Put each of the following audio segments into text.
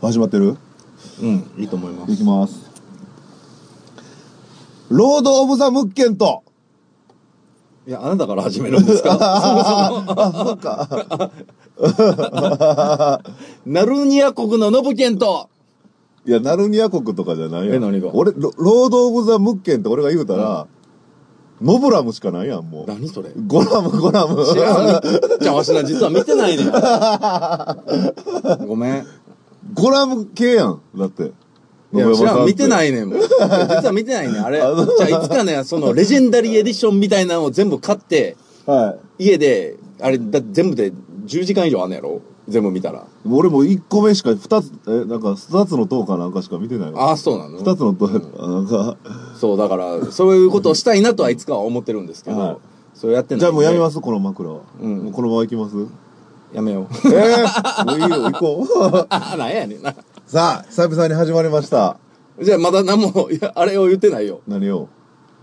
始まってるうんいいと思いまいすきますロード・オブ・ザ・ムッケントいやあなたから始めるん ですかそもそもあ、そっか。 ナルニア国のノブケントいや、ナルニア国とかじゃないやん。え何が俺、ロロード・オブ・ザ・ムッケンって俺が言うたら、ノブラムしかないやん、もう。何それゴラム、ゴラム。知らんじゃあわしら実は見てないねんごめんゴラム系やん、だって。。いや、知らん、見てないいねんもん。実は見てないねん、あれ。じあのゃあ、いつかね、その、レジェンダリーエディションみたいなのを全部買って、は家で、あれ、だ全部で10時間以上あんのやろ全部見たら。い。俺も1個目しか、2つ、え、なんか、2つの塔かなんかしか見てないわ。ああ、そうなの2つの塔、なんか、そう、だから、そういうことをしたいなとはいつかは思ってるんですけはいど、それやってないんで。。じゃあもうやめますす、この枕は。うんもうこのまま行きますやめよう。 ええもういいよ、行こああ、なんやねんな。う。さあ、久々に始まりました。じゃあ、まだ何も、いや、あれを言ってないよ。何を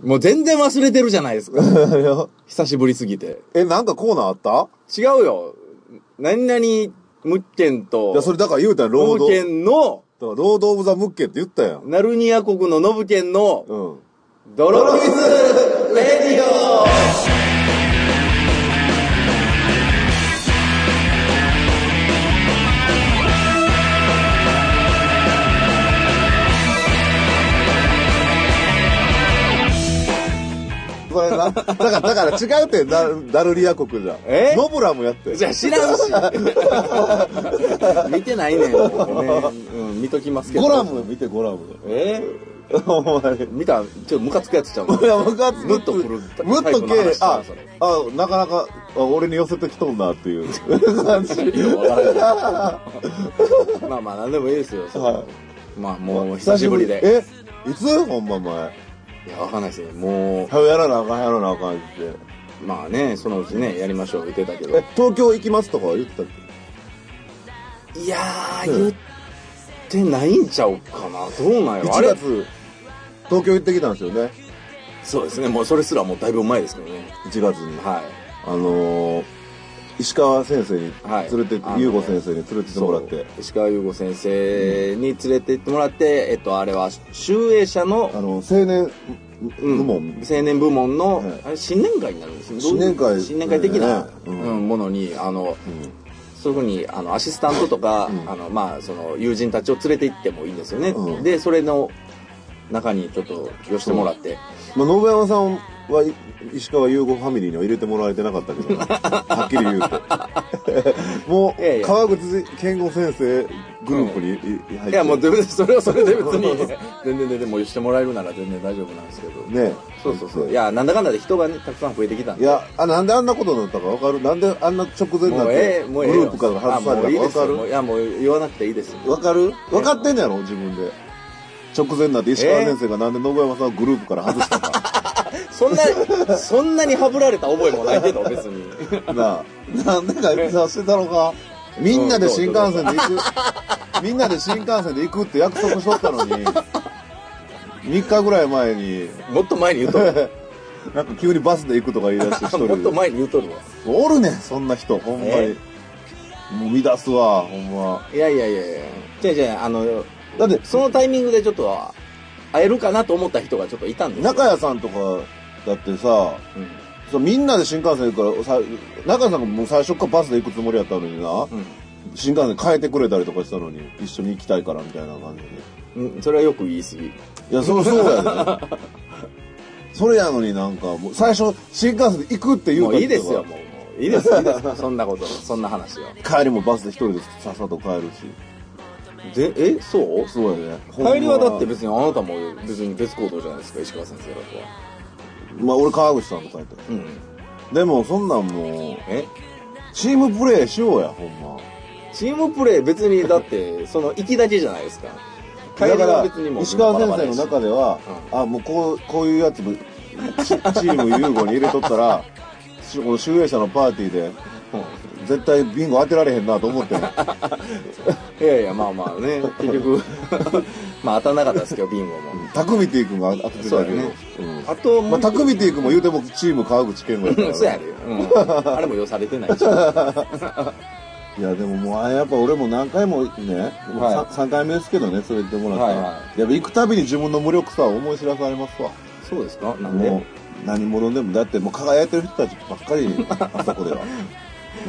もう全然忘れてるじゃないですか。何を久しぶりすぎて。え、なんかコーナーあった違うよ。何々、ムッケンと、いや、それだから言うたら、ノローブド、ケだかンの、らロード・オブ・ザ・ムッケンって言ったやん。ナルニア国のノブケンのうん。泥水レディオそれな。だから、だから違うって、ダルダルリア国じゃん。えノブラムやって。じゃあ知らんし 見てないねん、ねうん、見ときますけどゴラム見て、ゴラム。え お前。見たちょっとムカつくやつちゃうのいや、ムカつムッとくるムッとタイプのけ話、だあなそれ、あ、なかなか、あ俺に寄せてきとんなっていう感じ。いやわから ないまあまあ何でもいいですよ、それはまあもう久しぶりでえいつほんま前。いやわかんないですねもはよやらなあかん、やらなあかんって。うまあねそのうちねやりましょう言ってたけどえ、東京行きますとかは言ってたっけいやー言ってないんちゃうかなどうなんやろあ ?1 れ月、東京行ってきたんですよね。そうですねもうそれすらもうだいぶ前ですけどね1月に。はあのー、石川先生にはい連れて、あのー優吾先生に連れていってもらって、石川優吾先生に連れて行ってもらって、えっとあれは集英社あの、の、青年うん部門、青年部門の、はいあれ新年会になるんですねどういう新年会新年会的な、ねううんんものにあのそういうふうにあのアシスタントとか、うんあのまあその友人たちを連れて行ってもいいんですよね、うんでそれの中にちょっと寄してもらって、まあ、信山さんはい石川優吾ファミリーには入れてもらえてなかったけ どなはっきり言うともういやいや川口健吾先生グループにい入っていやもう全然それはそれで別に 全然全然もうしてもらえるなら全然大丈夫なんですけどねそうそうそういやなんだかんだで人がねたくさん増えてきたんいでやあなんであんなことになったかわかるなんであんな直前になもっうてええグもうええループから外されあもういいでたすかわかよもうるいやもう言わなくていいですわかる分かってんのやろ自分で直前になって石川先生がなんで信山さんをグループから外 したかそんなそんなにハブられた覚えもないけど別 になあなんでかさしてたのかみんなで新幹線で行くみんなで新幹線で行くって約束しとったのに3日ぐらい前にもっと前に言うとるなんか急にバスで行くとか言い出して一人もっでと前に言うとるわおるねんそんな人ほんまにえもう乱すわほんまいやいやいやいやじゃあじゃああのだってそのタイミングでちょっと会えるかなと思った人がちょっといたんですよ中谷さんとかだってさうんそうみんなで新幹線行くからさ中谷さんがもう最初からバスで行くつもりやったのにな、新幹線変えてくれたりとかしたのに一緒に行きたいからみたいな感じでうん、うん、それはよく言い過ぎいやそ そうやで、ね、それやのになんかもう最初新幹線で行くって言うかもうらいいですよもうもういいですいいですそんなことそんな話は帰りもバスで一人でさっさと帰るしでえそうそうやね帰りはだって別にあなたも別に別行動じゃないですか石川先生だとはまあ俺川口さんと帰ったうんでもそんなんもうえチームプレーしようやほんまチームプレー別にだってその行きだけじゃないですか帰だりかはら別にもう石川先生のバラバ中では、あもうこうこういうやつもチ チーム融合に入れとったらしこの集英社のパーティーでラやし絶対ビンゴ当てられへんなと思 ってんうんいやいやまあま あね結局 まあ当たんなかったですけどビンゴもタクミティ君が当ててたけどそうやねうんあともまうあ、一タ個クミティ君も言うてもチーム川口健吾やかうら んそうやで、うん、あれもよされてないしいやでももうあれやっぱ俺も何回もね、は 3, 回目ですけどねそれ言ってもらったら、はいはやっぱ行くたびに自分の無力さを思い知らされますわそうですかなんでもう何者でもだってもう輝いてる人たちばっかり あそこではも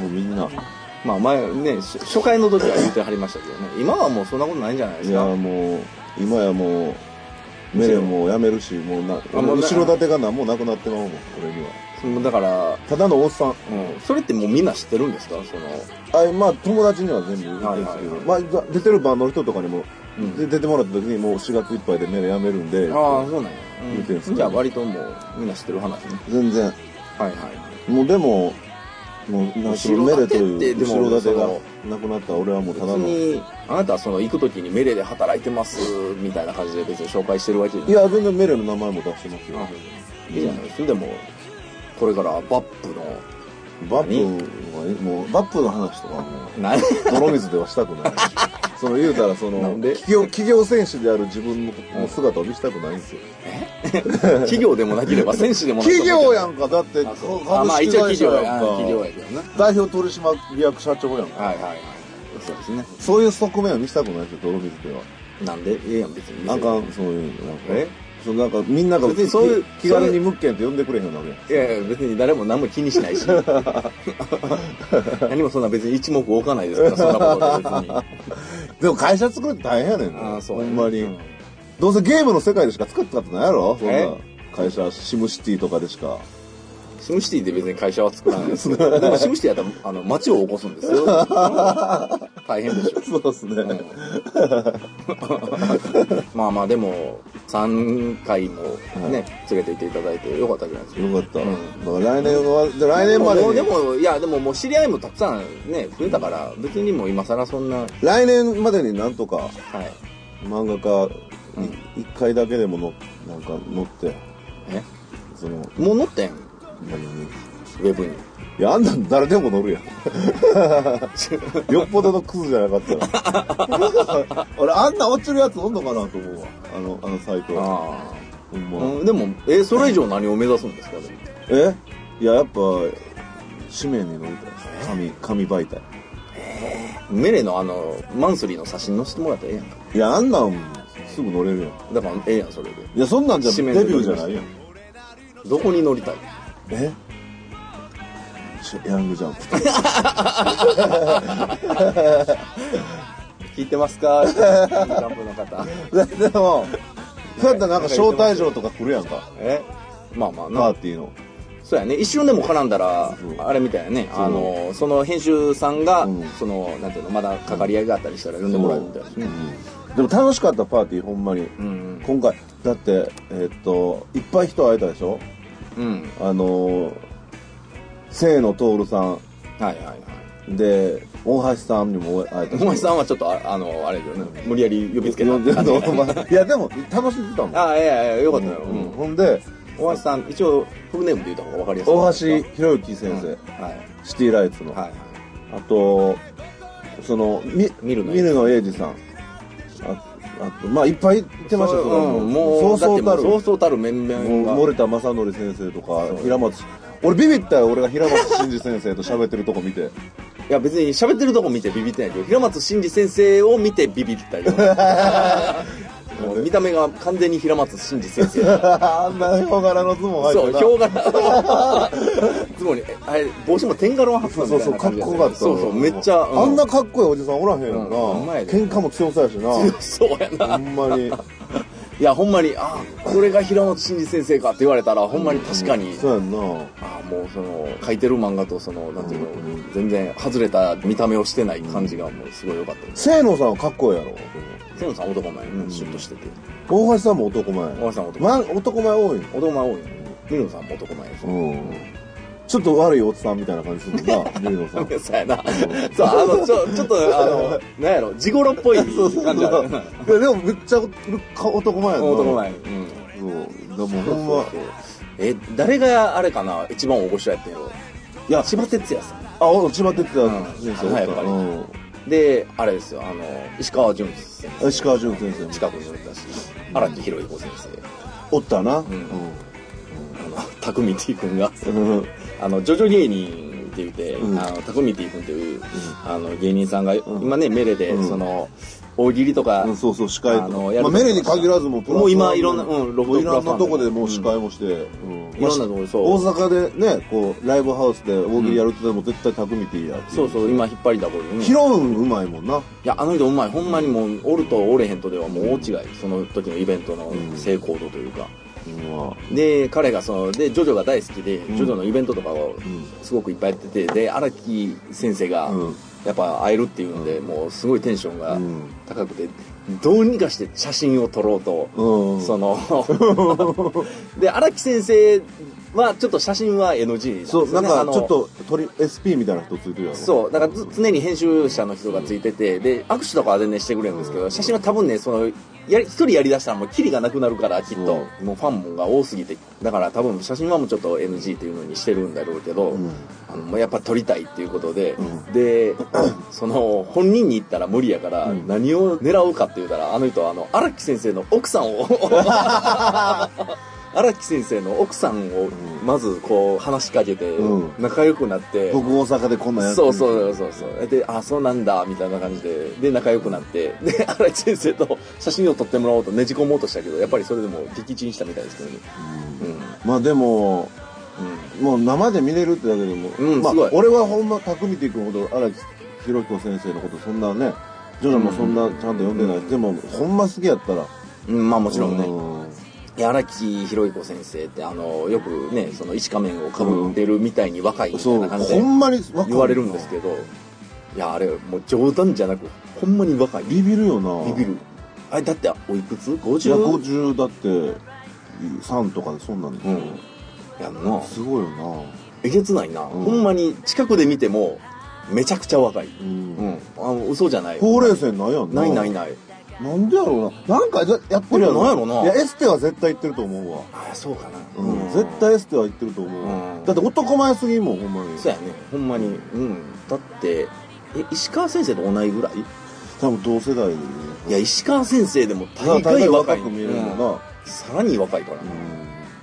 うみんなまあ前ねし初回の時は言ってはりましたけどね今はもうそんなことないんじゃないでいすやかもう今やもうメレンもやめるしもうなあもうな後ろ盾がなもうなくなってまうもん俺にはそのだから、ただのおっさんうん、それってもうみんな知ってるんですかそのあまあ友達には全部言うんですけど、はいまあざ、出てるバンドの人とかにも、うんで出てもらった時にもう4月いっぱいでメレンやめるんでああそうなんや、言うてんすうかん、じゃあ割ともうみんな知ってる話ね全然はいはいもうでももうなんかその後メろ盾レってというでも後ろ盾がそなくなった俺はもう別ただのいにあなたはその行く時にメレで働いてますみたいな感じで別に紹介してるわけじゃないや全然メレンの名前も出してますよあいいじゃないですかでもこれからバップのバップはもうバップの話とかはもう何泥水ではしたく ないその言うたらそのなんで企業企業選手である自分の姿を見せたくないんですよ企業でもなければ選手でもない企業やんかだってあ株そう式あまあ会一応社企業ややん企業かやけどな代表取締役社長やんか、はいはいはいそうですねそういう側面は見せたくないですよ泥水ではなんでええやん別になんかそういうなんかえそのなんかみんなが別にそういう気気軽にムッケンって呼んでくれへんようになるやんいやいや別に誰も何も気にし ないし何もそんな別に一目置かないですからそんなことで別にでも会社作るって大変やねんなああそうほやねんまに、うんどうせゲームの世界でしか作ったことないやろそんえな会社シムシティとかでし かシムシティで別に会社は作らない ですけどでもシムシティやったらあの街を起こすんです よ大変でしょそうですね、まあまあでも3回もね、連れて行っていただいてよかったじゃないですかよかった。うんだから来年は、で来年までもうにでもいやでももう知り合いもたくさんね増えたから別にもう今更そんなはい来年までになんとか漫画家に一回だけでもの、なんか乗って、えその、もう乗ってんウ何に。ェブにいや、あんなん誰でも乗る やん。よっぽどのクズじゃなかった ら。俺、あんな落ちるやつおんのかなと思うわ。あの、あのサイト。あほんあ、ま。うん、でもえそれ以上何を目指すんですかでもえいや、やっぱ、紙面に乗りたいです。紙、紙媒体。メレのあのマンスリーの写真載せてもらったらええやんかいや、あんなんすぐ乗れるやん。だからええやんそれでいや、そんなんじゃデ紙ビ面でューじゃないやん。どこに乗りたいえちょヤングジャンプ聞いてますかジャンプの方でもそうやったらなんか招待状とか来るやんかえ まあまあなパーティーのそうやね一瞬でも絡んだらそうあれみたいなねうあのその編集さんが、うんそのなんていうのまだ関わり合いがあったりしたら呼んでもらうみたいですねうんでも楽しかったパーティーほんまにうん今回だってえっといっぱい人会えたでしょうんあの清野徹さはいはいはいんで大橋さんにも会えた大橋さんんはちょっとああのあれだよね無理やり呼びつけたいやでもほんまいやでも楽しんでたもんああいやいやよかったよ、ううんんほんで大橋さん一応フルネームで言った方が分かりやすい大橋博之先うん生はいシティライツのはいはいあと、その、み見るの見るの英二さん。ああと、まあ、いっぱい行ってましたけど、うんもうそうそうだたっる。てもうそもうそうたる面う々が森田正則先生とかう、平松。俺ビビったよ、俺が平松真二先生と喋ってるとこ見て。いや別に喋ってるとこ見てビビってないけど平松真二先生を見てビビったよ もう見た目が完全に平松真二先生 あんなヒョウ柄のズボンそ入うってヒョウ柄つまりあれ帽子も天柄の発そうそうそう、かっこよかった。そうそうめっちゃ、うあんなかっこいいおじさんおらへんやんな。うんほんまやで喧嘩も強そうやしな。そうやほなんまに。いやほんまにあこれが平松真二先生かって言われたらほんまに確かに、そうやんな。あもうその書いてる漫画とそのなんていうの、うんうん全然外れた見た目をしてない感じがもうすごい良かったです清野さんはかっこいいやろ。瀬野さん男前、うんシュッとしてて大橋さんも男前。大橋さん男前、ま、男前多いの男前多いねミノさんも男前ですうんちょっと悪いおっさんみたいな感じするもんな、 リュウノさん。そうやな。そう、あの、ちょ、ちょっと、あの、なんやろ、地頃っぽいそうそう感じある。そう。いやでもめっちゃ男前やな。男。前。うん。そう。でもほんま。え、誰があれかな、一番大御所やってんやろ。いや、千葉哲也さあ、お千葉哲也先生うんおはっいやった。ぱりうんん。で、あれですよ、あの、石川淳先生。石川淳先生も近くにおったし、荒木宏彦先生。おったな。んあの、匠 T 君が、うん。あの、ジョジョ芸人って言って、うんあのタコミティ君っていう、あの芸人さんが、今ねメレで、うんその大喜利とか、うんそうそう司会とあのやか、るまあ、メレに限らずもうプラスもう今いろんなうんロもボういろんなとこでもうプラ司スワン会もして、うんいろんなとこでそう大阪でねこうライブハウスで大喜利やるって言ったらもう絶対匠っていいやっていそうそう今引っ張りだこでね拾うんうまいもんな、いやあの人うまいほんまにもうおるとおれへんとではもう大違い、その時のイベントの成功度というか、うんまあで彼がそのでジョジョが大好きで、んジョジョのイベントとかをんすごくいっぱいやっててで荒木先生がうんやっぱ会えるっていうんで、もうすごいテンションがうん高くて、どうにかして写真を撮ろうと、うん そので荒木先生はちょっと写真は NG なんですよねそうなんあかのちょっと鳥 SP みたいな人ついてるやろそうだからず常に編集者の人がついててで握手とかは全然してくれるんですけど写真は多分ねそのやり一人やりだしたらもうキリがなくなるからきっともうファンが多すぎてだから多分写真はもうちょっと NG っていうのにしてるんだろうけど、んあのもうやっぱ撮りたいっていうことで、うで その本人に言ったら無理やからん何を狙うかって言ったらあの人はあの荒木先生の奥さん を荒木先生の奥さんをまずこう話しかけてうん仲良くなって、僕大阪でこんなんやってそうるそうそうそうであそうなんだみたいな感じでで仲良くなってで 荒井先生と写真を撮ってもらおうとねじ込もうとしたけどやっぱりそれでも撃沈したみたいですけどねうんまあでもうもう生で見れるってだけでも、うんまあすごい俺はほんま匠ていくほど荒木宏彦先生のことそんなねジョジョもそんなちゃんと読んでないし、でもほんま好きやったらん、うん、まあももちろんねいや荒木博彦先生ってあのよくねその石仮面をかぶってるみたいに若いみたいそうな感じほでんまに若い言われるんですけどいやあれもう冗談じゃなくほんまに若いビビビるよなビるあれだっておいくついや 50? 50だって3とかでそんなんでしょ、うんやんなすごいよなえげつないな、うんほんまに近くで見てもめちゃくちゃ若い、うん、うん、あの嘘じゃないほうれい線ないやんないないいないなんでやろうななんかややってるやろなんやろないやエステは絶対行ってると思うわあそうかな、うん、絶対エステは行ってると思うわ、うんだって男前すぎんもんほんまにそうやねほんまにうんだってえ石川先生と同いぐらいい多分同世代でねや石川先生でもだ大から概若いく見えるもんうな、んさらに若いから、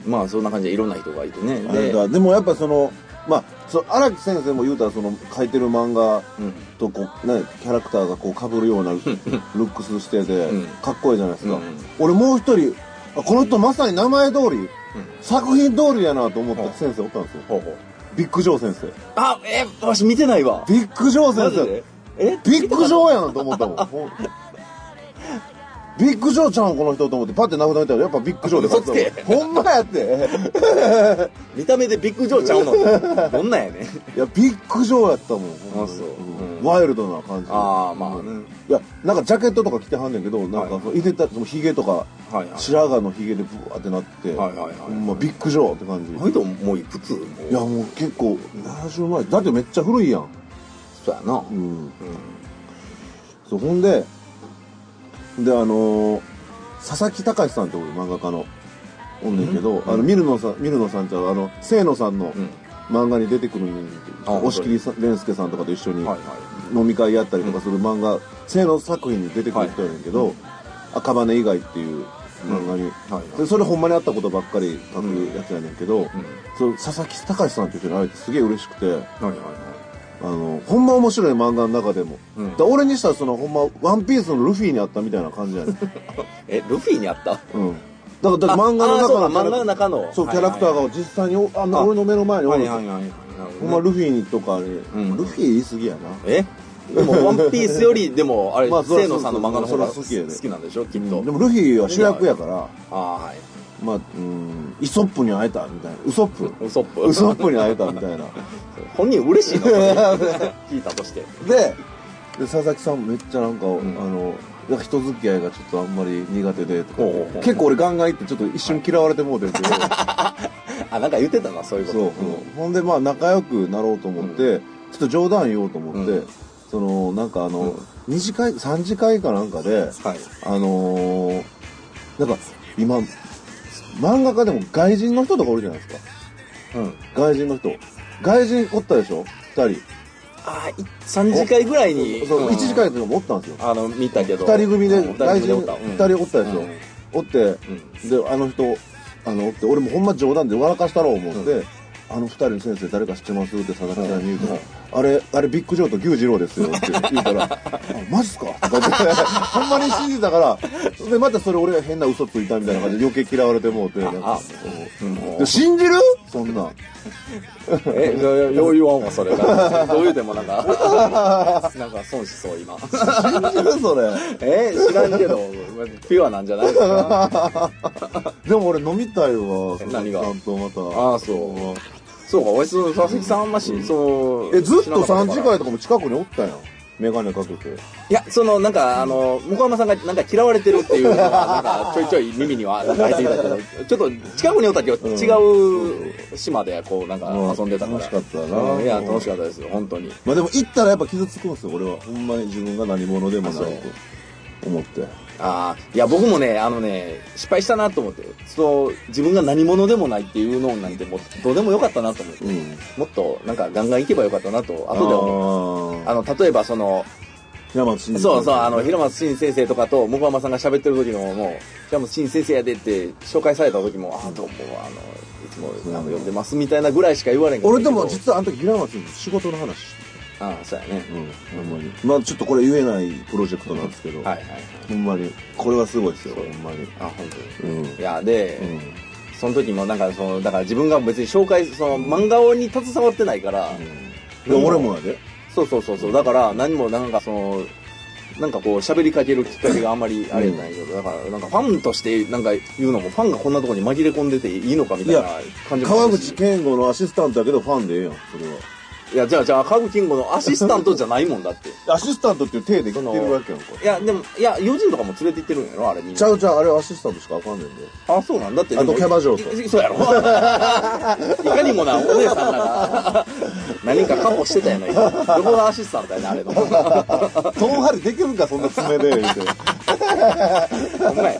まあそんな感じでいろんな人がいてねあれでだでもやっぱそのまあそ荒木先生も言うたらその書いてる漫画うんとこう、ね、キャラクターがこう被るようなルックスしてて、うんかっこいいじゃないですか、うんうん俺もう一人あこの人まさに名前通り、作品通りやなと思った先生おったんですよ、ほうほうビッグジョー先生あえわし見てないわビッグジョーマ先ジ生でえビッグジョーやんと思ったもんほんビッグジョーちゃんこの人と思ってパッて名札見たらやっぱビッグジョーで書いてたもんほんまやって見た目でビッグジョーちゃうのどんなんやねんいやビッグジョーやったもんほんまにあそううんうんワイルドな感じああまあね、いやなんかジャケットとか着てはんねんけどなんかはいそのいでたそのヒゲとかはいはい白髪のヒゲでブワーってなってはいはいはいほんまビッグジョーって感じこの人もういくつもういやもう結構70前だってめっちゃ古いやんそうやな、ううんんそうほんでであのー佐々木隆さんって俺漫画家のおんねんけど、あのミルノさんミルノさんちゃうあの清野さんのうん漫画に出てくるねんあ押切さん蓮介さんとかと一緒にはいは飲み会やったりとかする漫画、清野作品に出てくる人やねんけど「赤羽以外」っていう漫画に、いはいでそれほんまにあったことばっかり書くやつやねんけど、その佐々木隆さんっていう人に会えてすげえ嬉しくて。はいはいはあのほんま面白い漫画の中でも、うだんから俺にしたらそのほんま「ワンピースのルフィにあったみたいな感じやねん、いえルフィにあったうん、だからだから漫画のああそう中かのキャラ漫画の中のそうはキいャはいラクターが実際におあんな俺の目の前におるんですよいはいなるほほんどまねルフィにとかに、んルフィ言い過ぎやなえで も「ワンピースよりでもあれまあそりゃ清野さんの漫画の方がそりゃ好きやで好きなんでしょきっうと、んでもルフィは主役やからああはいまあうんイソップに会えたみたいなウソッ プウソップウソップに会えたみたい な本人嬉しいのそ れ聞いたとしてでで佐々木さんめっちゃなんか、んあのなんか人付き合いがちょっとあんまり苦手でとかほうほうほう結構俺ガンガン行ってちょっと一瞬嫌われてもうてるけどあなんか言ってたなそういうことそう、ほんでまあ仲良くなろうと思って、ちょっと冗談言おうと思って、うんそのなんかあの、うん二次会3次会かなんかではいあのーなんか今漫画家でも外人の人とかおるじゃないですかうん外人の人外人おったでしょ2人ああ3次会ぐらいにそう、ん1次会とかもおったんですよあの見たけど2人組でうん外二人人組でおったうん2人おったでしょ、うんおって、であの人あのおって俺もほんま冗談で笑かしたろう思って、あの二人の先生誰か知ってますって佐々木さんに言うと、あれ、あれビッグジョーと牛次郎ですよって言う から、あマジっすかとか言って、ほんまに信じたから、で、またそれ俺が変な嘘ついたみたいな感じで余計嫌われてもうて、なんかあうんで信じるそんなん。え、 よう言わんわ、それ。 なんかどう言うてもなんか、なんか損しそう、今。信じるそれ。え、知らんけど、ピュアなんじゃないですか。でも俺飲みたいわ、佐々何木がさんとまた。ああ、そう。そうか、おいその佐々木さんあんまし、そう。え、ずっと3時次会とかも近くにおったやん。メガネかけて。いや、その、なんか、あの、横山さんが、なんか嫌われてるっていうのは、なんか、ちょいちょい耳には、なんか入ってきたけど、ちょっと、近くにおったけど、うん違う島で、こう、なんか、うん遊んでたから。楽しかったなうんいや、楽しかったですよ、本当に。まあでも行ったらやっぱ傷つくんですよ、俺は。ほんまに自分が何者でもないと思って。ああ、いや、僕もね、あのね、失敗したなと思って、そう、自分が何者でもないっていうのなんて、もう、どうでもよかったなと思って、うん。もっと、なんか、ガンガン行けばよかったなと、あ後で思う。ーあの、例えば、その、平松真二そうそう、あの、平松慎先生とかと、もこまさんが喋ってる時の、もう、平松慎先生やでって、紹介された時も、あ、どうも、あの、いつも、あの、うん呼んでますみたいなぐらいしか言われんかった俺けでども、実はあの時平松真二仕事の話してあそうやね。うん、ほんまに。まあちょっとこれ言えないプロジェクトなんですけど、はいはいはい。ほんまに。これはすごいですよ、そほうんまに。あ、本当に。うん。うんいや、で、その時も、なんか、その、だから自分が別に紹介、その、漫画に携わってないから、いや俺もやで。そうそうそうそうだから何もなんかそのなんかこう喋りかけるきっかけがあんまりあれないけど、だからなんかファンとしてなんか言うのもファンがこんなところに紛れ込んでていいのかみたいな感じもあ川るし口健吾のアシスタントやけどファンでええやん、それは。いやじゃあじゃあ川口慎吾のアシスタントじゃないもんだって いアシスタントっていう体で来てるわけやんか。やでもいや友人とかも連れて行ってるんやろあれみんちゃなうちゃう、あれはアシスタントしかあかんねんで。あそうなんだってでもあとキャバ嬢といそうやろ いかにもなお姉さんら が何かカ保してたやないかどこがアシスタントやねんあれのトンハリできるか、そんな爪で、 言うて。ほんまやで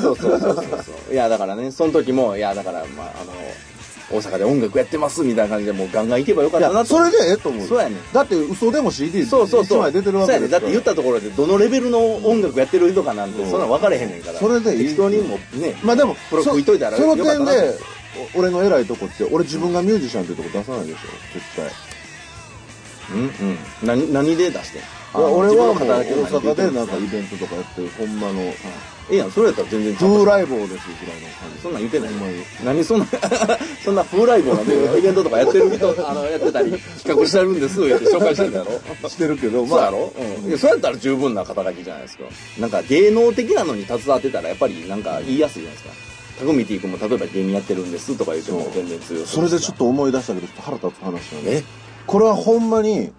そうそうそうそうそういやだからねその時もいやだからまああの大阪で音楽やってますみたいな感じでもうガンガン行けばよかっいたなや、とそれでええと思う。そうやねんだって、嘘でも CD そうそう一そう枚出てるわそうけやでねすだかっら。て言ったところでどのレベルの音楽やってる人かなんて、うんそんなん分かれへんねんからそれでいい適当にもうねまあでも、プロそ食いといたらそのよかった点なで、お俺の偉いとこって、俺自分がミュージシャンってとこ出さないでしょ、絶対。うんうん何何で出してんいや俺はもう自分の大働きの中阪でなんかイベントとかやってる、ほんまの、ええやんそれやったら全然ちゃ風う来坊ですぐらいの感じ。そんなん言ってないほんまに何そんな そんな風来坊なんでイベントとかやってる人あのやってたり企画してるんですって紹介してんだろしてるけど、そうまやあ、ろ、うん、いやそうやったら十分な肩書きじゃないですかなんか芸能的なのに携わってたらやっぱりなんか言いやすいじゃないですかタグミティ君も例えば芸人やってるんですとか言ってもそう全然通用すそるれしなでちょっと思い出したけど、ちょっと腹立つ話なんでえ。これはほんまに、うん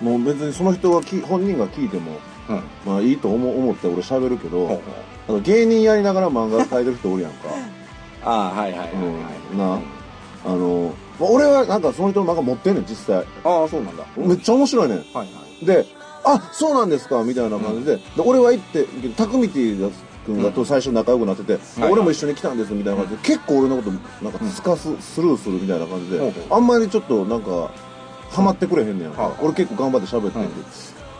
もう別にその人がき、本人が聞いても、うんまあいいと思思って俺喋るけほうどほ、うあの芸人やりながら漫画描いてる人おるやん か。ああはいはいはいはい、うん、なあの、まあ俺はなんかその人の漫画持ってんねん、実際。ああそうなんだめっちゃ面白いねん。はいはいで、あ、そうなんですかみたいな感じで、で俺は行って、タクミティ君がと最初仲良くなってて、はい俺も一緒に来たんですみたいな感じで、結構俺のことなんかすかす、スルーするみたいな感じで、うんあんまりちょっとなんか、ハマってくれへんねやんか、はい俺結構頑張って喋ってんけ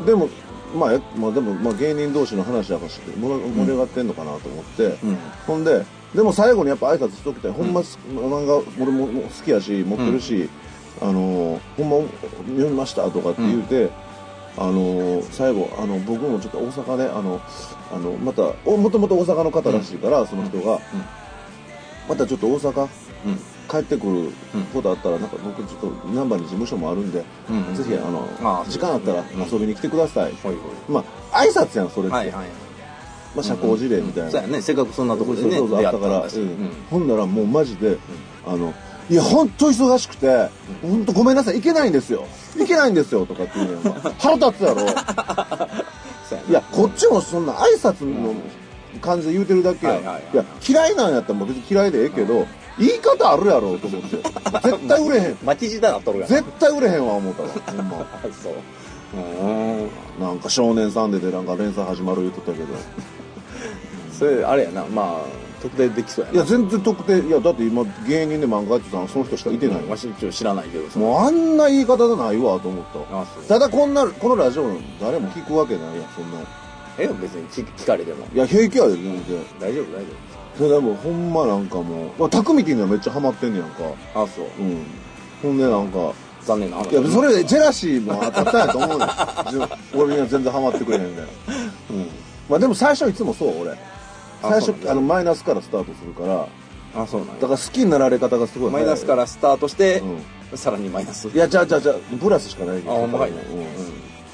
どでも、まあ、えまあでも、まあ芸人同士の話やからして、盛り盛り上がってんのかなと思って、うんほんで、でも最後にやっぱ挨拶しときたい。ほんま、漫画、俺ももう好きやし、持ってるし、あのー、ほんま読みましたとかって言うて、あのー、最後、あの、僕もちょっと大阪で、あの、あの、また、おもともと大阪の方らしいから、その人が、またちょっと大阪うん帰ってくることあったら、なんか僕ちょっと難波に事務所もあるんで、うんぜひ、ああの、ー時間あったら遊びに来てください。ほいほまあ、挨拶やん、それいっはいて。はいまあ、社交辞令みたいそうなや。ねせっかくそんなとこでねそうそうそう出あ会ったんから、だしううんんほんならもうマジで、あのいや本当忙しくて本当ごめんなさい行けないんですよ行けないんですよとかって言 うのよ腹立つやろそうやいねやこっちもそんな挨拶の感じで言うてるだけや、はいはいはいいや嫌いなんやったら別に嫌いでええけど、言い方あるやろと思って絶対売れへ ん巻き舌なっとるやん絶対売れへんわ思ったわほんまあそううんなんか「少年サンデー」でなんか連載始まる言うとったけどそれあれやなまあ特定できそうやないや全然特定いやだって今芸人で漫画やってたのその人しかいてないわしちょっと知らないけどさもうあんな言い方じゃないわと思ったわあそうただこんなこのラジオ誰も聞くわけないやんそんなええよ別に聞聞かれてもいや平気やで全然大丈夫大丈それでもほんまなんかもう、まあ、タクミティにはめっちゃハマってんねやんかあそううんほんでなんか残念な話いやそれジェラシーも当たったんやと思うよじゅ俺には全然ハマってくれへんみたいなうんまあでも最初いつもそう俺最初そうなんだあのマイナスからスタートするからあそうなんだからだ好きになられ方がすごい、マイナスかららスタートしてう、ん、さらにマイナスいやじゃあじゃあじゃあプラスしかないけどあほんまかいなうん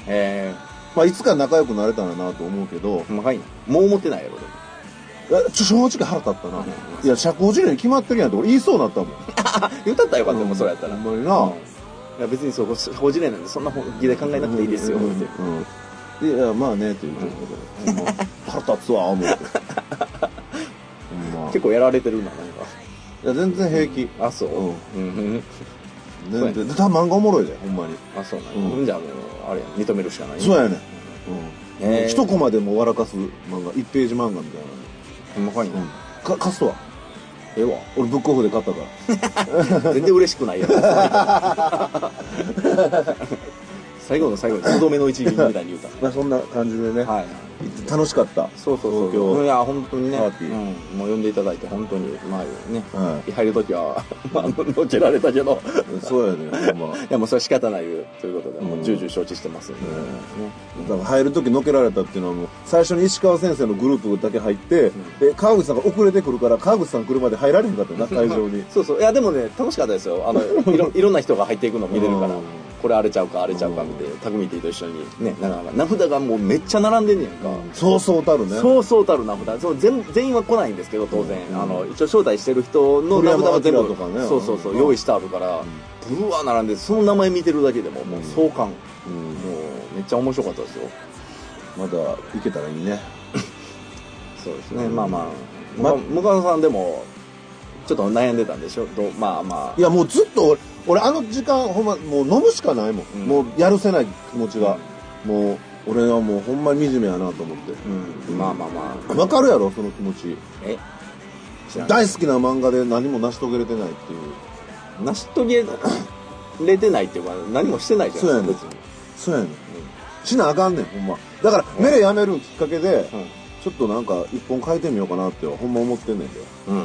えまあ、いつか仲良くなれたらなと思うけど、ー、まいなもう思ってないやろでもいやちょ正直腹立ったな、いや社交辞令に決まってるやんって俺言いそうになったもん言ったったらよかった、もうそれやったら、ほんまにな、いや別にそう報じれないんでそんな本気で考えなくていいですよ、うんってうんいやまあねって言うてるけど、ほんま腹立つわ思ってほんまい結構やられてるななんかや全然平気あそうううん、そう全や然で多分漫画おもろいでほんまにあそうなんや、うんほんじゃもうあれや認めるしかないそうやねんうん、えー一コマでも笑かす漫画1ページ漫画みたいほんまかいな、な、うん、か貸すわええわ俺ブックオフで買ったから全然嬉しくない やつ最後の最後にとどめの一撃みたいに言うたまあそんな感じでね、はい楽しかったそうそうそう東京いや本当にねパーティーうん、もう呼んでいただいて本当にまあね、は入る時は まあのけられたけど いそうやねほんまいやもうそれは仕方ないよということで、もううん重々承知してますんで、ねだから入る時のけられたっていうのはもう最初に石川先生のグループだけ入って、で川口さんが遅れてくるから川口さん車で入られへんかったよな会場にそうそういやでもね楽しかったですよあの いろいろんな人が入っていくの見れるからうんこれあれちゃうかあれちゃうか見て匠ティと一緒にねなんか名札がもうめっちゃ並んでんねやんか、そうそうたるねそうそうたる名札そう全全員は来ないんですけど当然、うんあの一応招待してる人の名札は全部鳥山明とかねそうそうそう、うん用意してあるから、ブルワー並んでその名前見てるだけでももう壮観、うんもうめっちゃ面白かったですよまだ行けたらいいねそうですね、まあまあ、まま、向川さんでもちょっと悩んでたんでしょどうまあまいやもうずっと俺俺あの時間ほんまもう飲むしかないもん、うんもうやるせない気持ちが、もう俺はもうほんまに惨めやなと思ってあ、うん、まあまあまあわかるやろその気持ちえ知らない大好きな漫画で何も成し遂げれてないっていう成し遂げれてないっていうか何もしてないじゃないですかそうそうやねんしなあかんねんほんまだからメレやめるきっかけで、別にちょっとなんか一本変えてみようかなってほんま思ってんねんで、うん、うん、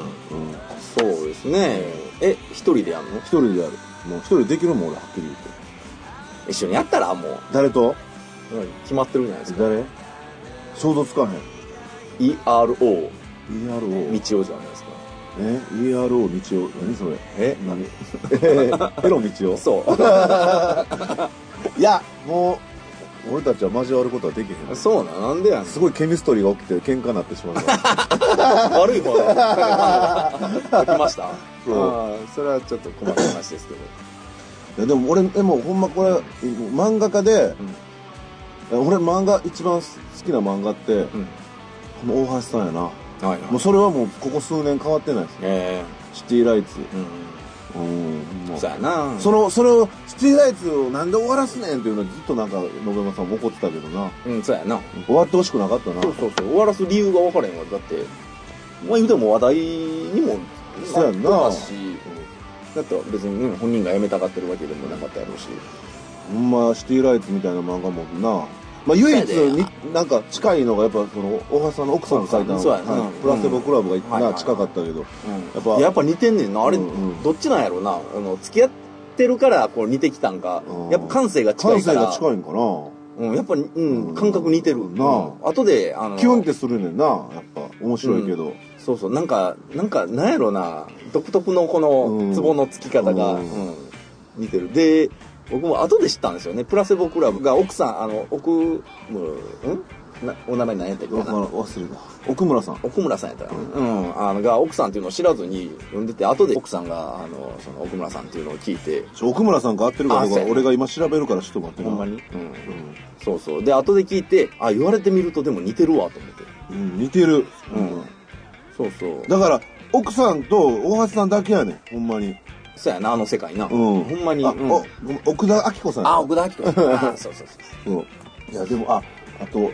そうですねえ一人でやるの一人でやるもう一人できるもん俺はっきり言って一緒にやったらもう誰と決まってるじゃないですか誰想像つかへん ERO ERO 道夫じゃないですかえ ERO 道夫何それえ何 ヘロ道夫そいやもう俺たちは交わることはできへうん そうなんなんでやねすごいケミストリーが起きて喧嘩になってしまったん悪い方だ来ました そうああそれはちょっと困った話ですけどいやでも俺でもほんまこれ漫画家で、俺漫画一番好きな漫画って、うんこの大橋さんやなはいもうそれはもうここ数年変わってないですえシティライツえうんうんそうやなそのそれをシティライツをなんで終わらすねんっていうのはずっとなんか信山さんも怒ってたけどなうんそうやな終わってほしくなかったなそうそうそう終わらす理由が分からへんわだってまあ言うても話題にもそうやんななったしだって別に、ね、本人が辞めたがってるわけでもなかったやろうしほんまシティライツみたいな漫画もなまあ唯一そうやでになんか近いのがやっぱその大橋さんの奥さんが書いたのそうやなはいプラステボクラブうんがはいはいな近かったけどやっやぱっぱ似てんねんなあれ、うんうんどっちなんやろうなあの付き合ってるからこう似てきたんか、うんやっぱ感性が近感いか性らが近いんかなうん、やっぱ、うんうん感覚似てるなあうん後であのキュンってするねんなやっぱ面白いけど、そうそうなんかなんかなんやろうな独特のこうのんツボのつき方が、ううんん似てるで僕も後で知ったんですよねプラセボクラブが奥さんあの奥うんなお名前何やったっけわかならん忘れた奥村さん奥村さんやったら、うんあのが奥さんっていうのを知らずに呼んでて後で奥さんがあのその奥村さんっていうのを聞いてちょ奥村さんが合ってるかあどうそうかやね俺が今調べるからちょっと待ってなほんまに、うん、うんそうそうで後で聞いてあ言われてみるとでも似てるわと思ってうん、似てる、うんそうそうだから奥さんと大橋さんだけやねんほんまにそうやなあの世界な、うんほんまにあ、うんおごめん奥田明子さんやあ奥田 明子あそうそうそううんいやでもああと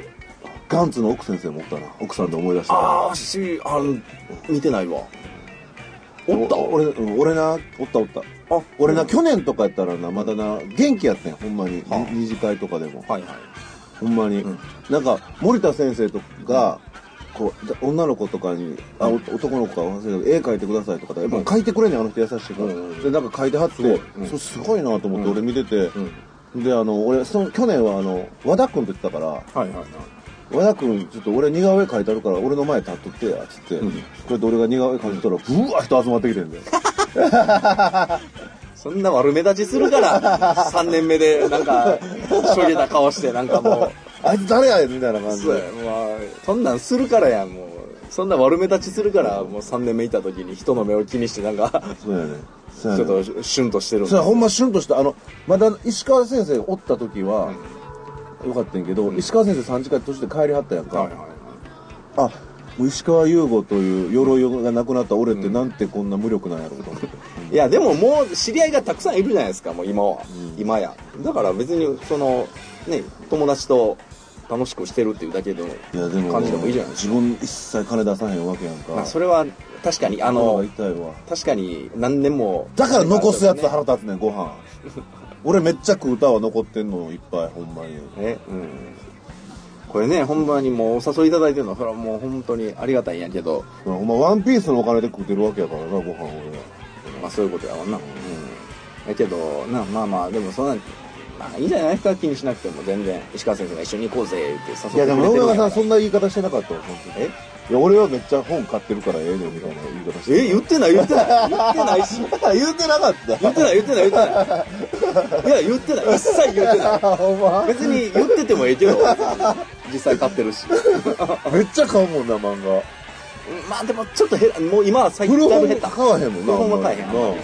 ガンツの奥先生もおったな奥さんで思い出したああしあの見てないわおった俺、うん俺なおったおったあ俺な、去年とかやったらなまだな元気やったんやほんまに、はあ二次会とかでもはいはいほんまに、んなんか森田先生とかが、こうだ女の子とかにあお男の子か忘れたけど絵描いてくださいとかでもう描いてくれんねんあの人優しいから、うんでなんか描いてはってすごいうんそれすごいなと思って俺見てて、うんであの俺その去年はあの和田君って言ってたからはいはいはい和田君ちょっと俺似顔絵描いてあるから俺の前立っとってやっつって、うんこうやって俺が似顔絵描いてたらブワー人集まってきてんだよそんな悪目立ちす るから、3年目で、なんか、しょげた顔して、なんかもあいつ誰やねんみたいなう、感じそうでや、まあ、そんなんするからやん、もう。そんな悪目立ちするから、もう3年目いた時に人の目を気にして、なんか、そうやねそちうやょねっと、シュンとしてるんでそれほんまシュンとしたあのまだ石川先生おった時は、よかったんやけど、石川先生3時間年で帰りはったやんか、はいはいはい。あもう石川優吾という鎧がなくなった俺ってなんてこんな無力なんやろうと思って、いやでももう知り合いがたくさんいるじゃないですかもう今は、今やだから別にそのね友達と楽しくしてるっていうだけでも いやでも感じでもいいじゃないです自分一切金出さへんわけやんか、まかあ、それは確かにあ頭がの痛いわ確かに何年もだから残すやつね腹立つねんご 飯俺めっちゃ食うたわ残ってんのいっぱいほんまにねうんこれねほんまにもうお誘いいただいてるのはそれはもう本当にありがたいんやけど、ほんまワンピースのお金で食うてるわけやからなご飯俺はまあ、そういうことやわなうんやけどなまあまあでもそんなまあいいんじゃないですか気にしなくても全然石川先生が一緒に行こうぜって誘っていくれやでてるんも信や長かさらんそんな言い方してなかったわ本当にえいや俺はめっちゃ本買ってるからええねんみたいな言い方してえ言ってない言ってない言ってないした言うてなかった言ってない言ってない言ってないいや言ってない一切言ってないあほんま別に言っててもええけど実際買ってるしめっちゃ買うもんな漫画まあでもちょっとへもう今は最近古だいぶ本減った買わへんもんな古本は買えへんあんまりうん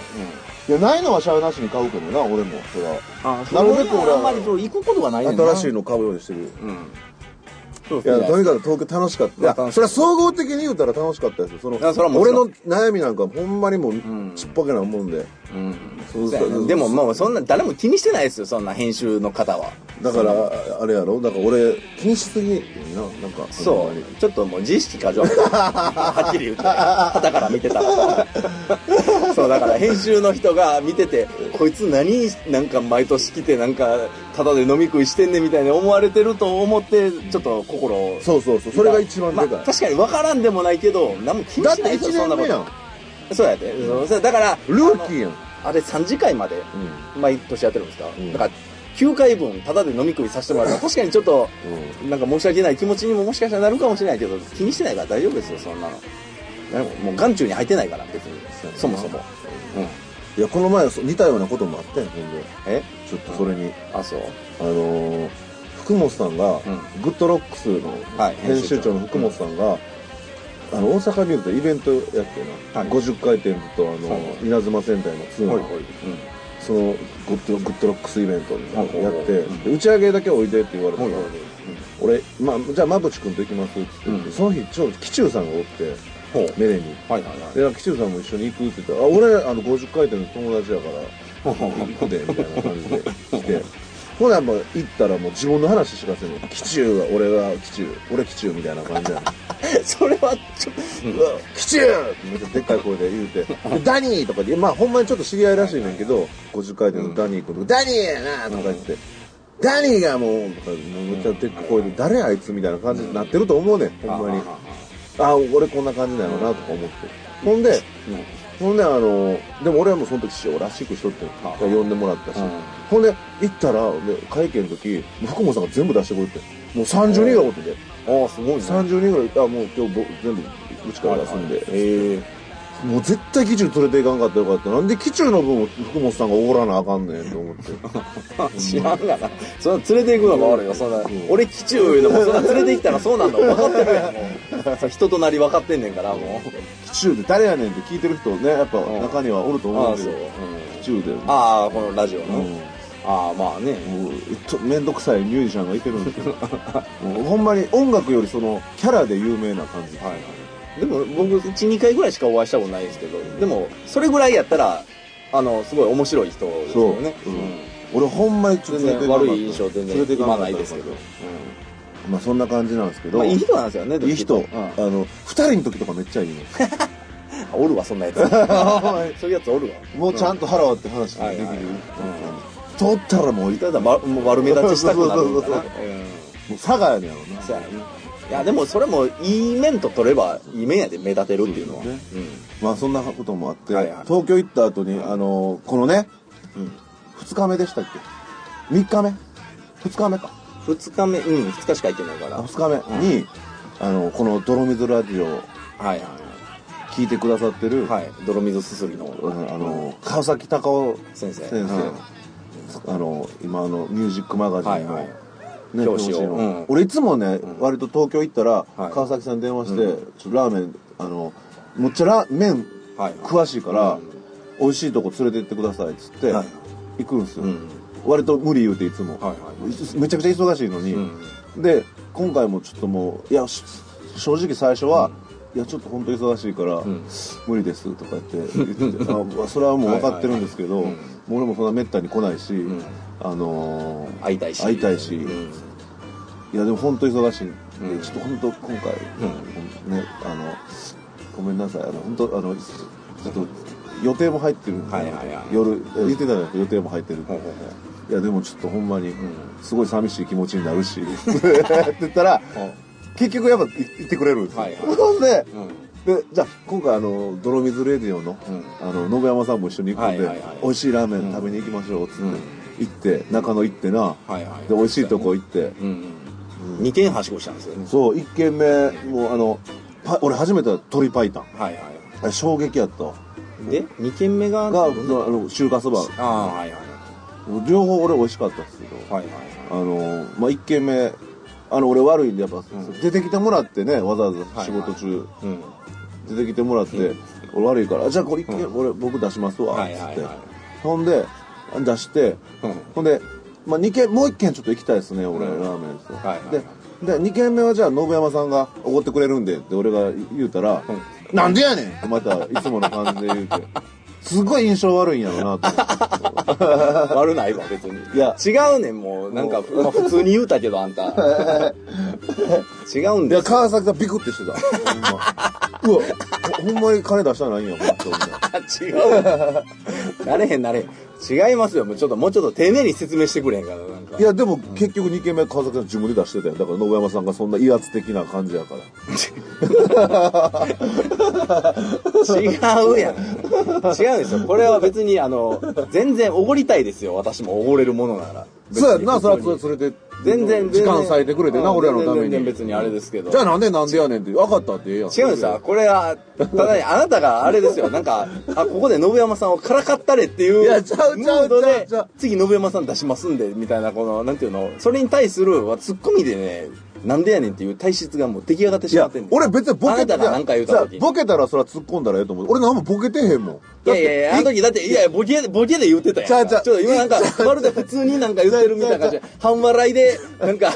いやないのはしゃあなしに買うけどな俺もそれはあなるべく俺はあんまりそう行くことがないねんな新しいの買うようにしてるうんそういやとにかかく東京楽しかったいまあ楽やそれしかったは総合的に言うたら楽しかったですよそのやそれはもち俺のろん悩みなんかほんまにもんうちっぽけなもんでく、うんそうそうやねでもまあそんな誰も気にしてないですよそんな編集の方はだからあれやろだから俺気にしすぎななんかほそんまにうちょっともう自意識過剰はっきり言って肌から見てたらそうだから編集の人が見ててこいつ何なんか毎年来てなんかただで飲み食いしてんねんみたいに思われてると思ってちょっと心をそうそうそうそれが一番でまかあい確かに分からんでもないけど何も気にだっしてないですよそん1な年こ目やんとそうやで、そうそうだからルーキーやんあれ3次会まで毎年やってるんですか、んだから9回分タダで飲み食いさせてもらうから確かにちょっとなんか申し訳ない気持ちにももしかしたらなるかもしれないけど気にしてないから大丈夫ですよそんなのなんかもう眼中に入ってないから別にそもそも、うん、いやこの前そ似たようなこともあってんほんでえちょっとそれにあそうあのー福本さんが、んグッドロックスのはい編集長の福本さんが、あの大阪ミューズでイベントやってな、はい50回転とあの、はい稲妻戦隊の2の、そのグッドグッドロックスイベントはいはいやって、で打ち上げだけおいでって言われて、はいはいはい俺、まあ、じゃあ馬淵君と行きますって言って、うんその日ちょうど紀中さんがおってほうメレに。はいはいはいでなんか紀中さんも一緒に行くって言ったら「あ俺あの50回転の友達やからほうほうほう行くで」みたいな感じで来てほなもう行ったらもう自分の話しかせんの「紀中は俺は紀中俺紀中」みたいな感じやね それはちょっんうわ「紀中!」ってめっちゃでっかい声で言うて「でダニー!」とかでまあほんまにちょっと知り合いらしいねんけど50回転のダニー君とか「ダニーやな!」とか言って。ダニーがもう、とかめっちゃでっかい声で、誰あいつみたいな感じになってると思うねん、とほんまにあ。あ、俺こんな感じなのな、とか思って。ほんで、ほんであのでも俺はもうその時師匠らしくしとってあ呼んでもらったし、うんほんで行ったらで会計の時もう福本さんが全部出してくれてもう30人ぐらいおっててああすごいね30人ぐらいいたあもう今日ぼ全部うちから出すんで、えもう絶対紀中連れていかんかったらよかったなんで紀中の分を福本さんがおごらなあかんねんと思って え知らんがなそんな連れて行くのも悪いよそんなうん俺基中いうの もそんな連れて行ったらそうなんだ分かってるやんもうそう人となり分かってんねんからもう紀中って誰やねんって聞いてる人ねやっぱん中にはおるとあ思うあけそう、どうん紀中でもああこのラジオの、うんああまあねうちょ面倒くさいミュージシャンがいてるんですけどもうほんまに音楽よりそのキャラで有名な感じ、はい、でも僕12回ぐらいしかお会いしたことないですけどでもそれぐらいやったらあのすごい面白い人ですそうよ、ねうんうん俺ほんまにちょっ全と連れていかなかっ然悪たい印象全連れて然か今かなったいですけど、まあそんな感じなんですけど、まあ、いいい人なんですよねでもい人、きっとうんあの二人の時とかめっちゃいいねおるわそんなやつ そう いうやつおるわもうちゃんと腹割って話できる、はいはいはい取ったらもういただ、ま、もう悪目立ちしたくなるんだそうそうなそうそうもう佐賀やねやろうそうやねいやでもそれもいい面と取ればいい面やで目立てるっていうのは、そうですうんまあそんなこともあって、はいはい東京行った後に、あのこのね、うん2日目でしたっけ3日目2日目か二日目うん二日しか行ってないからあはい2日目に、あのこの「泥水ラジオ」をはい聞いてくださってる、はい、はい、泥水すすりのうんあの川崎隆夫先生先生、うんあの今あの「ミュージックマガジン」の、はいはいね、表紙をのうん俺いつもね、割と東京行ったら、はい川崎さんに電話して、ちょっとラーメンあのむっちゃラ麺はい詳しいから、うん美味しいとこ連れて行ってくださいっつって、はい行くんですよ、うん割と無理言うていつも、はいはいめちゃくちゃ忙しいのに、で今回もちょっともういやし正直最初は、いやちょっと本当忙しいから、ん無理ですとか言って言っててあまあそれはもう分かってるんですけど、はいはいはいもう俺もそんなめったに来ないし、んあのー会いたいし会いたいし、うんいやでも本当忙しいんで、うんちょっと本当今回、ねあのごめんなさいあの本当あのちょっと予定も入ってるんで、はいはいはい夜え言ってたじゃないですか予定も入ってるんでほうほうほいやでもちょっとほんまに、んすごい寂しい気持ちになるしって言ったら結局やっぱ言ってくれるんですよ、はいはいほんでううんでじゃあ今回あの泥水レディオの,、うんあの信山さんも一緒に行くんで、はいはいはい美味しいラーメン食べに行きましょうっつって、うん行って中野行ってな、はいはいで美味しいとこ行って、うんうん二軒はしごしたんですよそう1軒目もうあのパ俺初めては鶏白湯はいはあれ衝撃やったわいで二軒目ががあの中華そばああはいはい両方俺美味しかったんですけどはいはいあのまあ1軒目あの俺悪いんでやっぱ、ん出てきてもらってねわざわざはい仕事中、うん 出てきてもらって、俺悪いからあじゃあこれ一軒、俺僕出しますわはっいつって、はいはいほんで出してうんほんで、まあ、2軒もう1軒ちょっと行きたいですね俺、うんラーメンですよ、はいはいはいでで2軒目はじゃあ信山さんがおごってくれるんでって俺が言うたら「なんでやねん!」ってまたいつもの感じで言うてすごい印象悪いんやろなと思って悪ないわ別にいや違うねんもうなんか、まあ、普通に言うたけどあ んた違うんいやです川崎さんビクってしてたほんまうわほ ほんまに金出したないんや本当にあ違うなれへんなれへん違いますよもうちょっともうちょっと丁寧に説明してくれへんからなん かいやでも結局2軒目川崎さん自分で出してたよだから信山さんがそんな威圧的な感じやから違うやん違うんですよこれは別にあの全然おごりたいですよ私もおごれるものならそうやんな別そらに普通にそれ連れて全然時間割いてくれてうなん俺らのため全に然別にあれですけどじゃあなんでなんでやねんって分かったってええやん違うんですよこれはただにあなたがあれですよなんかあここで信山さんをからかったれっていういいやちゃうちゃうムードちゃうでちゃう次信山さん出しますんでみたいなこのなんていうのそれに対するはツッコミでねなんでやねんっていう体質がもう出来上がっていしまやってんねん俺別にボケあなたが何か言うた時じゃあにボケたらそら突っ込んだらええと思う俺何もボケてへんもんいやいやいや、あのだって時だって、いやいや、ボケ、ボケで言ってたやんか。ちゃうちちゃょうっと今なんか、まるで普通になんか言ってるみたいな感じで、半笑いで、な んか、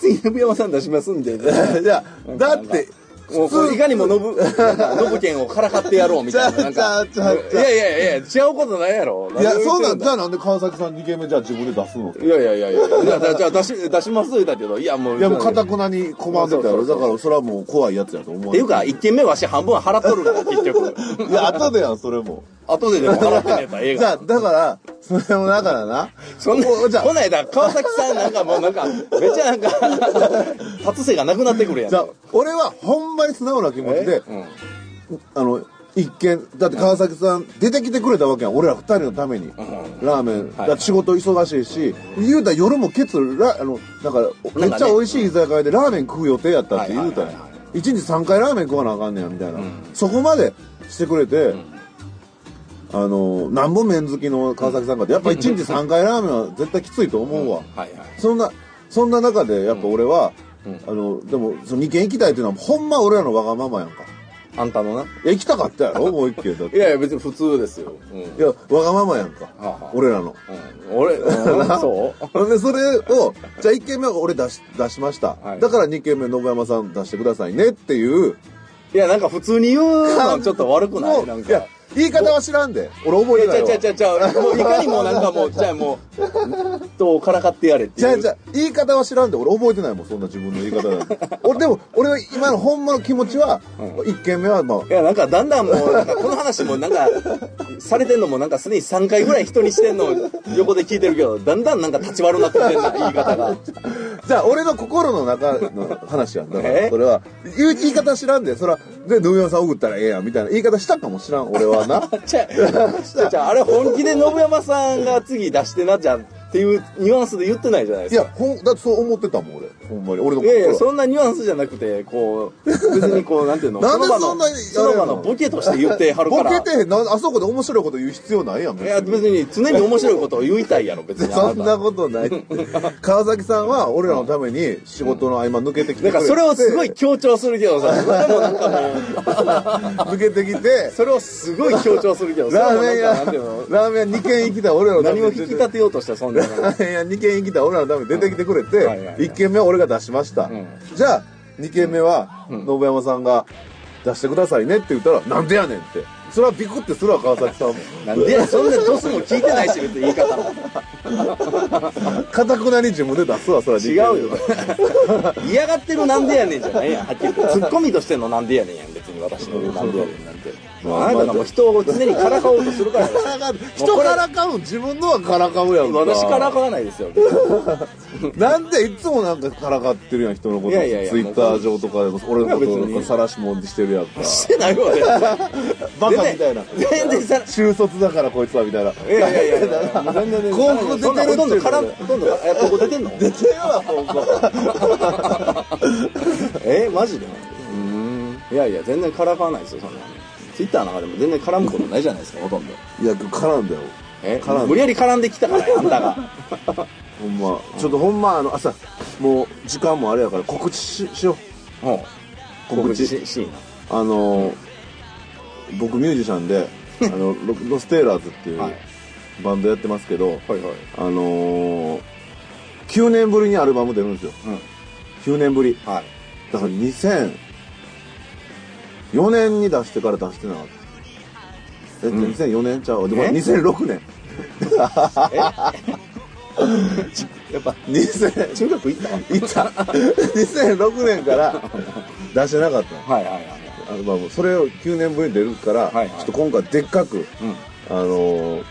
次、信山さん出します んで。いやだってもうこれいかにもノブ、 なんかノブケンをからかってやろうみたいな。なんちかゃうちゃういちゃうやいやいや、違うことないやろ。いやそうなんじゃだ。あなんで川崎さん2軒目じゃあ自分で出すのっていやいやいやいや、じゃあじゃあ出し、出します言うたけど、いやもう。いやもうかたくなに拒んでたやそろうそうそうだからそれはもう怖いやつやと思っうていうか、一軒目わし半分払っとるから、結 局。いや後でやんそれも 後ででも払ってねえと 映じ画。ゃあだからそれもだからなそんな、おじゃあこないだ、川崎さんなんかもうなんか、めっちゃなんか、 達成がなくなってくるやん。じゃあ俺はほんまに素直な気持ちで、うん。あの一見だって川崎さん出てきてくれたわけやん俺ら二人のために、ラーメン、だって仕事忙しいし、言うたら夜もケツラあのなんかめねっちゃ美味しい居酒屋でラーメン食う予定やったって言うたはらいはいはいは一日3回ラーメン食わなあかんねやみたいな、そこまでしてくれて、あのなんぼ麺好きの川崎さんかってやっぱ一日3回ラーメンは絶対きついと思うわ、はいはい。そんなそんな中でやっぱ俺は、あのでもその2軒行きたいっていうのはほんま俺らのわがままやんかあんたのな。いや行きたかったやろもう一軒だっいてやいや、別に普通ですよ。うんいやわがままやんかあはあ俺らのうん。俺、 うんそほんでそれをじゃあ1軒目は俺出し出しました、はいだから2軒目信山さん出してくださいねっていうういや、なんか普通に言うのちょっと悪くなもいうなんか。いやや言い方は知らんで俺覚えてないちゃわうちゃうちゃうちゃう。もういかにもなんかもう、じゃあもう、とからかってやれってじゃいあう。じゃあ言い方は知らんで俺覚えてないもんそんな自分の言い方なん て俺でも俺は今のほんまの気持ちは、一1軒目はまあいや、なんかだんだんもう、なんかこの話もなんか、されてんのもなんかすでに3回ぐらい人にしてんのを横で聞いてるけど、だんだんなんか立ち悪なってきてんな、言い方が。じゃあ俺の心の中の話やんだかえらそれは言う言い方知らんでそれはで信山さん送ったらええやんみたいな言い方したかも知らん俺は なじゃあ、じゃあ、あれ本気で信山さんが次出してなじゃんっていうニュアンスで言ってないじゃないいですやか。ほんだってそう思ってたもん俺ほんまに俺のいやいや、心はそんなニュアンスじゃなくて、こう、別にこう、なんていうの、なんでその場そんなの、その場のボケとして言ってはるかボら。ケてへんなんあそこで面白いこと言う必要ないやんいや、別に常に面白いことを言いたいやろ、別 に。そんなこことない川崎さんは俺らのために仕事の合間抜けてきてなんくかてそれをすごい強調するけど さ、それもなんかもう、 抜けてきてそれをすごい強調するけど、それラーもメンなんかなんていう屋の、ラーメン屋2軒行きた俺らのため何にを引き立てようとした、そんなの。ラーメン屋2軒行きた俺らのために出てきてくれて、はいはいはい1軒目は俺が出しました、んじゃあ2軒目はうん信山さんが出してくださいねって言ったら、なんでやねんってそれはビクってするわ川崎さんもなんでや、そんなドスも聞いてないし、別に言い方も。かたくなに自分で出すわそれは違う よ嫌がってるなんでやねんじゃないやんはっきり言ってツッコミとしてのなんでやねんやん別に私のなんでやねんなんてまああなたがもう人を常にからかおうとするからです人からかう自分のはからかうやんか私からかわないですよ別になんでいつもなんかからかってるやん人のこといやいやいやツイッター上とかでも俺のこといなや別んにか晒しもんにしてるやんかしてないわねバカみたいな全然さ中卒だからこいつはみたいないやいやいやいやもう全然全然広告出てるってほとんどからほとんどえここ出てんの出てるわそえマジでいやいや全然からかわないですよそんなツイッターの中でも全然絡むことないじゃないですかほとんどいや絡んだよえ絡む無理やり絡んできたからやあんた がほんまちょっとほんまあの朝もう時間もあれやから告知ししようもう告告知知ししいなあのー僕ミュージシャン であのロロステーラーズっていうはいバンドやってますけど、はいはいあのー、9年ぶりにアルバム出るんですようん9年ぶりはいだから2004年に出してから出してなかったえ、うん2004年ちゃうわでもえ2006年やっぱ 2000中学行ったいた2006年から出してなかったはいはいはいはいアルバムそれを9年ぶりに出るから、はいはいちょっと今回でっかくうあのー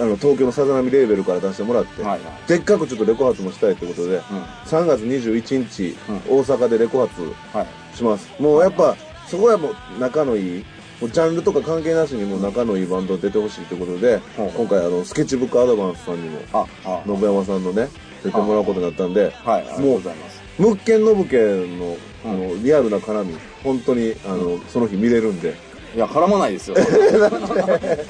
あの東京のさざ波レーベルから出してもらって、んはいはいでっかくちょっとレコ発もしたいということでうん3月21日、うん大阪でレコ発はいしますもうやっぱそこはもう仲のいいもうジャンルとか関係なしにもう仲のいいバンド出てほしいということで、うん今回あのスケッチブックアドバンスさんにもああ信山さんのね出てもらうことになったんではいありがとうございますムッケンノブケンの,、うんあのリアルな絡み本当にあの、その日見れるんでいや絡まないですよ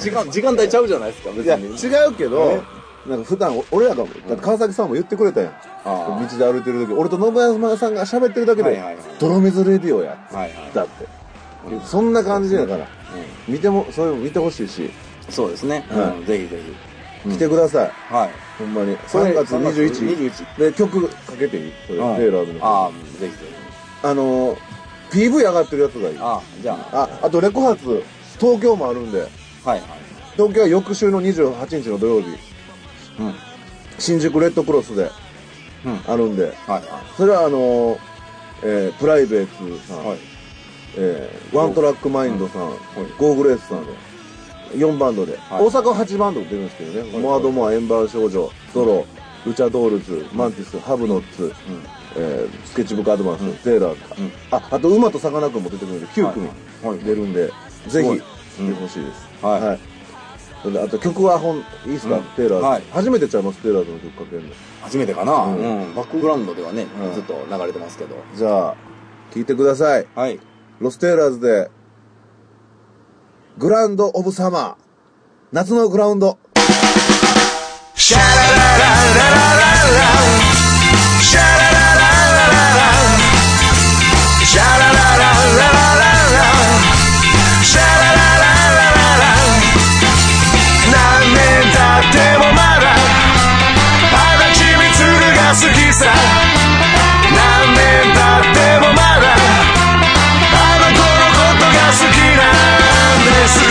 時間時間帯ちゃうじゃないですか別いや違にうけどなんか普段お俺らがだって川崎さんも言ってくれたやん道あで歩いてる時俺と信山さんが喋ってるだけはいではいはい「泥水レディオや」はいはいだってそんな感じやからう見てもそれも見てほしいしんそうですねはいうんぜひぜ来てくださいひはいほんまにそれ3月21 21で曲かけていいそれはいテイラーズのああぜひぜひあのー PV 上がってるやつがいいあああじゃあとレコ発東京もあるんであはいはい東京は翌週の28日の土曜日うんうん新宿レッドクロスであるんではいはそれはあのーえープライベートさん、いはいえーワントラックマインドさん、ゴーグレースさんの4バンドで、い大阪は8バンド出るんですけどね、いモアドモアエンバー少女ドロルチャドールズマンティスハブノッツ、うんえースケッチブックアドバンス、テーラーとか、うんああと馬とさかなクンも出てくるんで9組はい出るんで、ぜひごい来てほしいです、うんはいそれであと曲は本いいですか、うんテーラーズ、はい初めてちゃいますテーラーズの曲かけるの初めてかなうんうんバックグラウンドではねうんずっと流れてますけどじゃあ聴いてくださいはいロステーラーズで、グランド・オブ・サマー、夏のグラウンド。何年経ってもまだ足立みつるが好きさ何年経ってもまだあの子のことが好きなんです「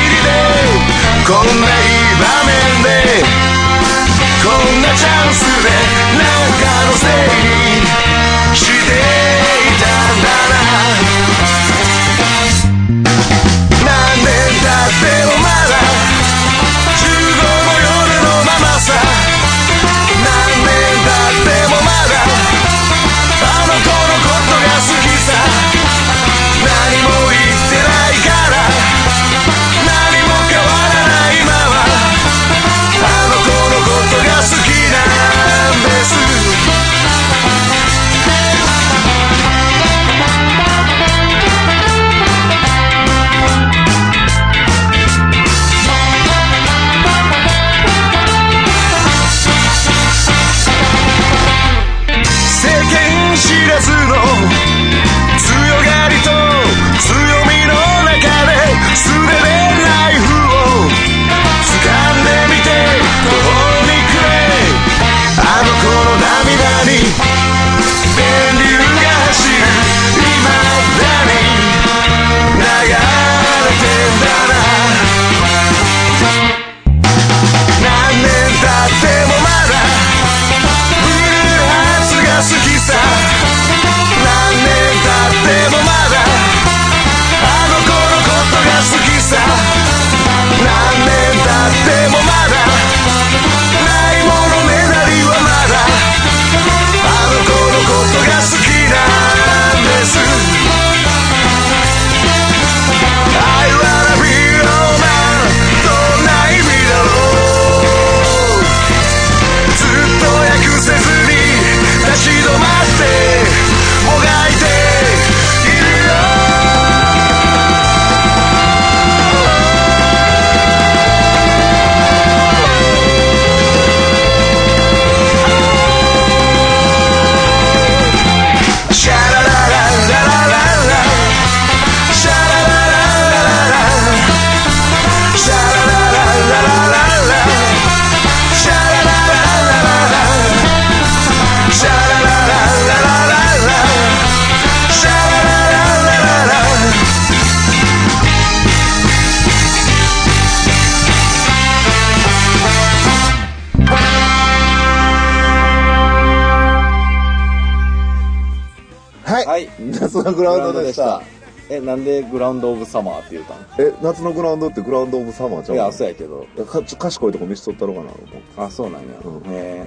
こんないい場面でこんなチャンスでなんかのせいにしていたんだな何年経ってもまだ15の夜のままさ何年経ってもまだあの子のことが好きさ何も言ってないから何も変わらない今はあの子のことが好きなんです世間知らずの強がりと強みの中ですれでライフを掴んでみて途方に暮れあの子の涙に電流が走る未だに流れてんだな何年経ってもまだブルーハーツが好きさ何年経ってもまだあの子のことが好きさ何年経ってもまだないものねだりはまだあの子のことが好きなんです I wanna be your man どんな意味だろうずっと訳せずに立ち止まってもがいているよシャラララララララシャララララララシャララララララシャララララララシャララララララシャララララララはい、はい夏のグラウンドでしたえなんでグラウンドオブサマーって言うたんえ夏のグラウンドってグラウンドオブサマーちゃういのやそうやけどかちょ賢いとこ見せとったろうかなと思ってあそうなんや、うんへ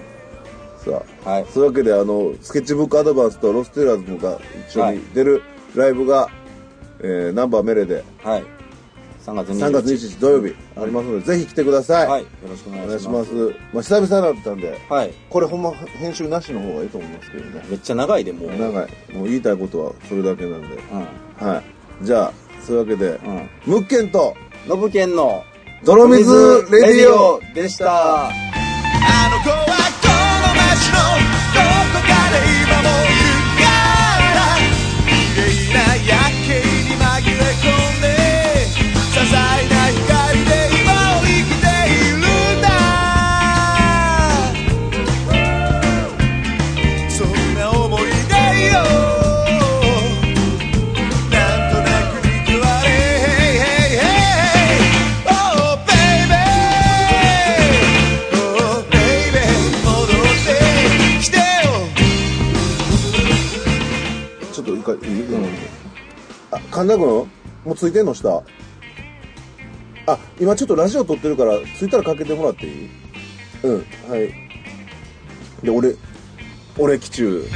さあえはいそういうわけであのスケッチブックアドバンスとロステラーズが一緒はいに出るライブが、えーナンバーメレではい3月3月21 21日土曜日ありますので、ぜひ来てください、はいよろしくおお願願いいししまますすまあ久々だったんではいこれほんま編集なしの方がいいと思いますけどねめっちゃ長いでもう長いもう言いたいことはそれだけなんでうはいじゃあそういうわけで、んうんムッケンとノブケンの泥水レディオでしたあの子はこの街のどこかで今もいるから綺麗な夜景に紛れ込んで些細な光で今を生きているんだそんな思い出よなんとなくにわれ Hey, hey, hey, hey Oh, baby Oh, baby 戻ってきてよちょっと一回いい、あ神田君もうついてんの下あ今ちょっとラジオ撮ってるからついたらかけてもらっていいうんはいで俺俺基中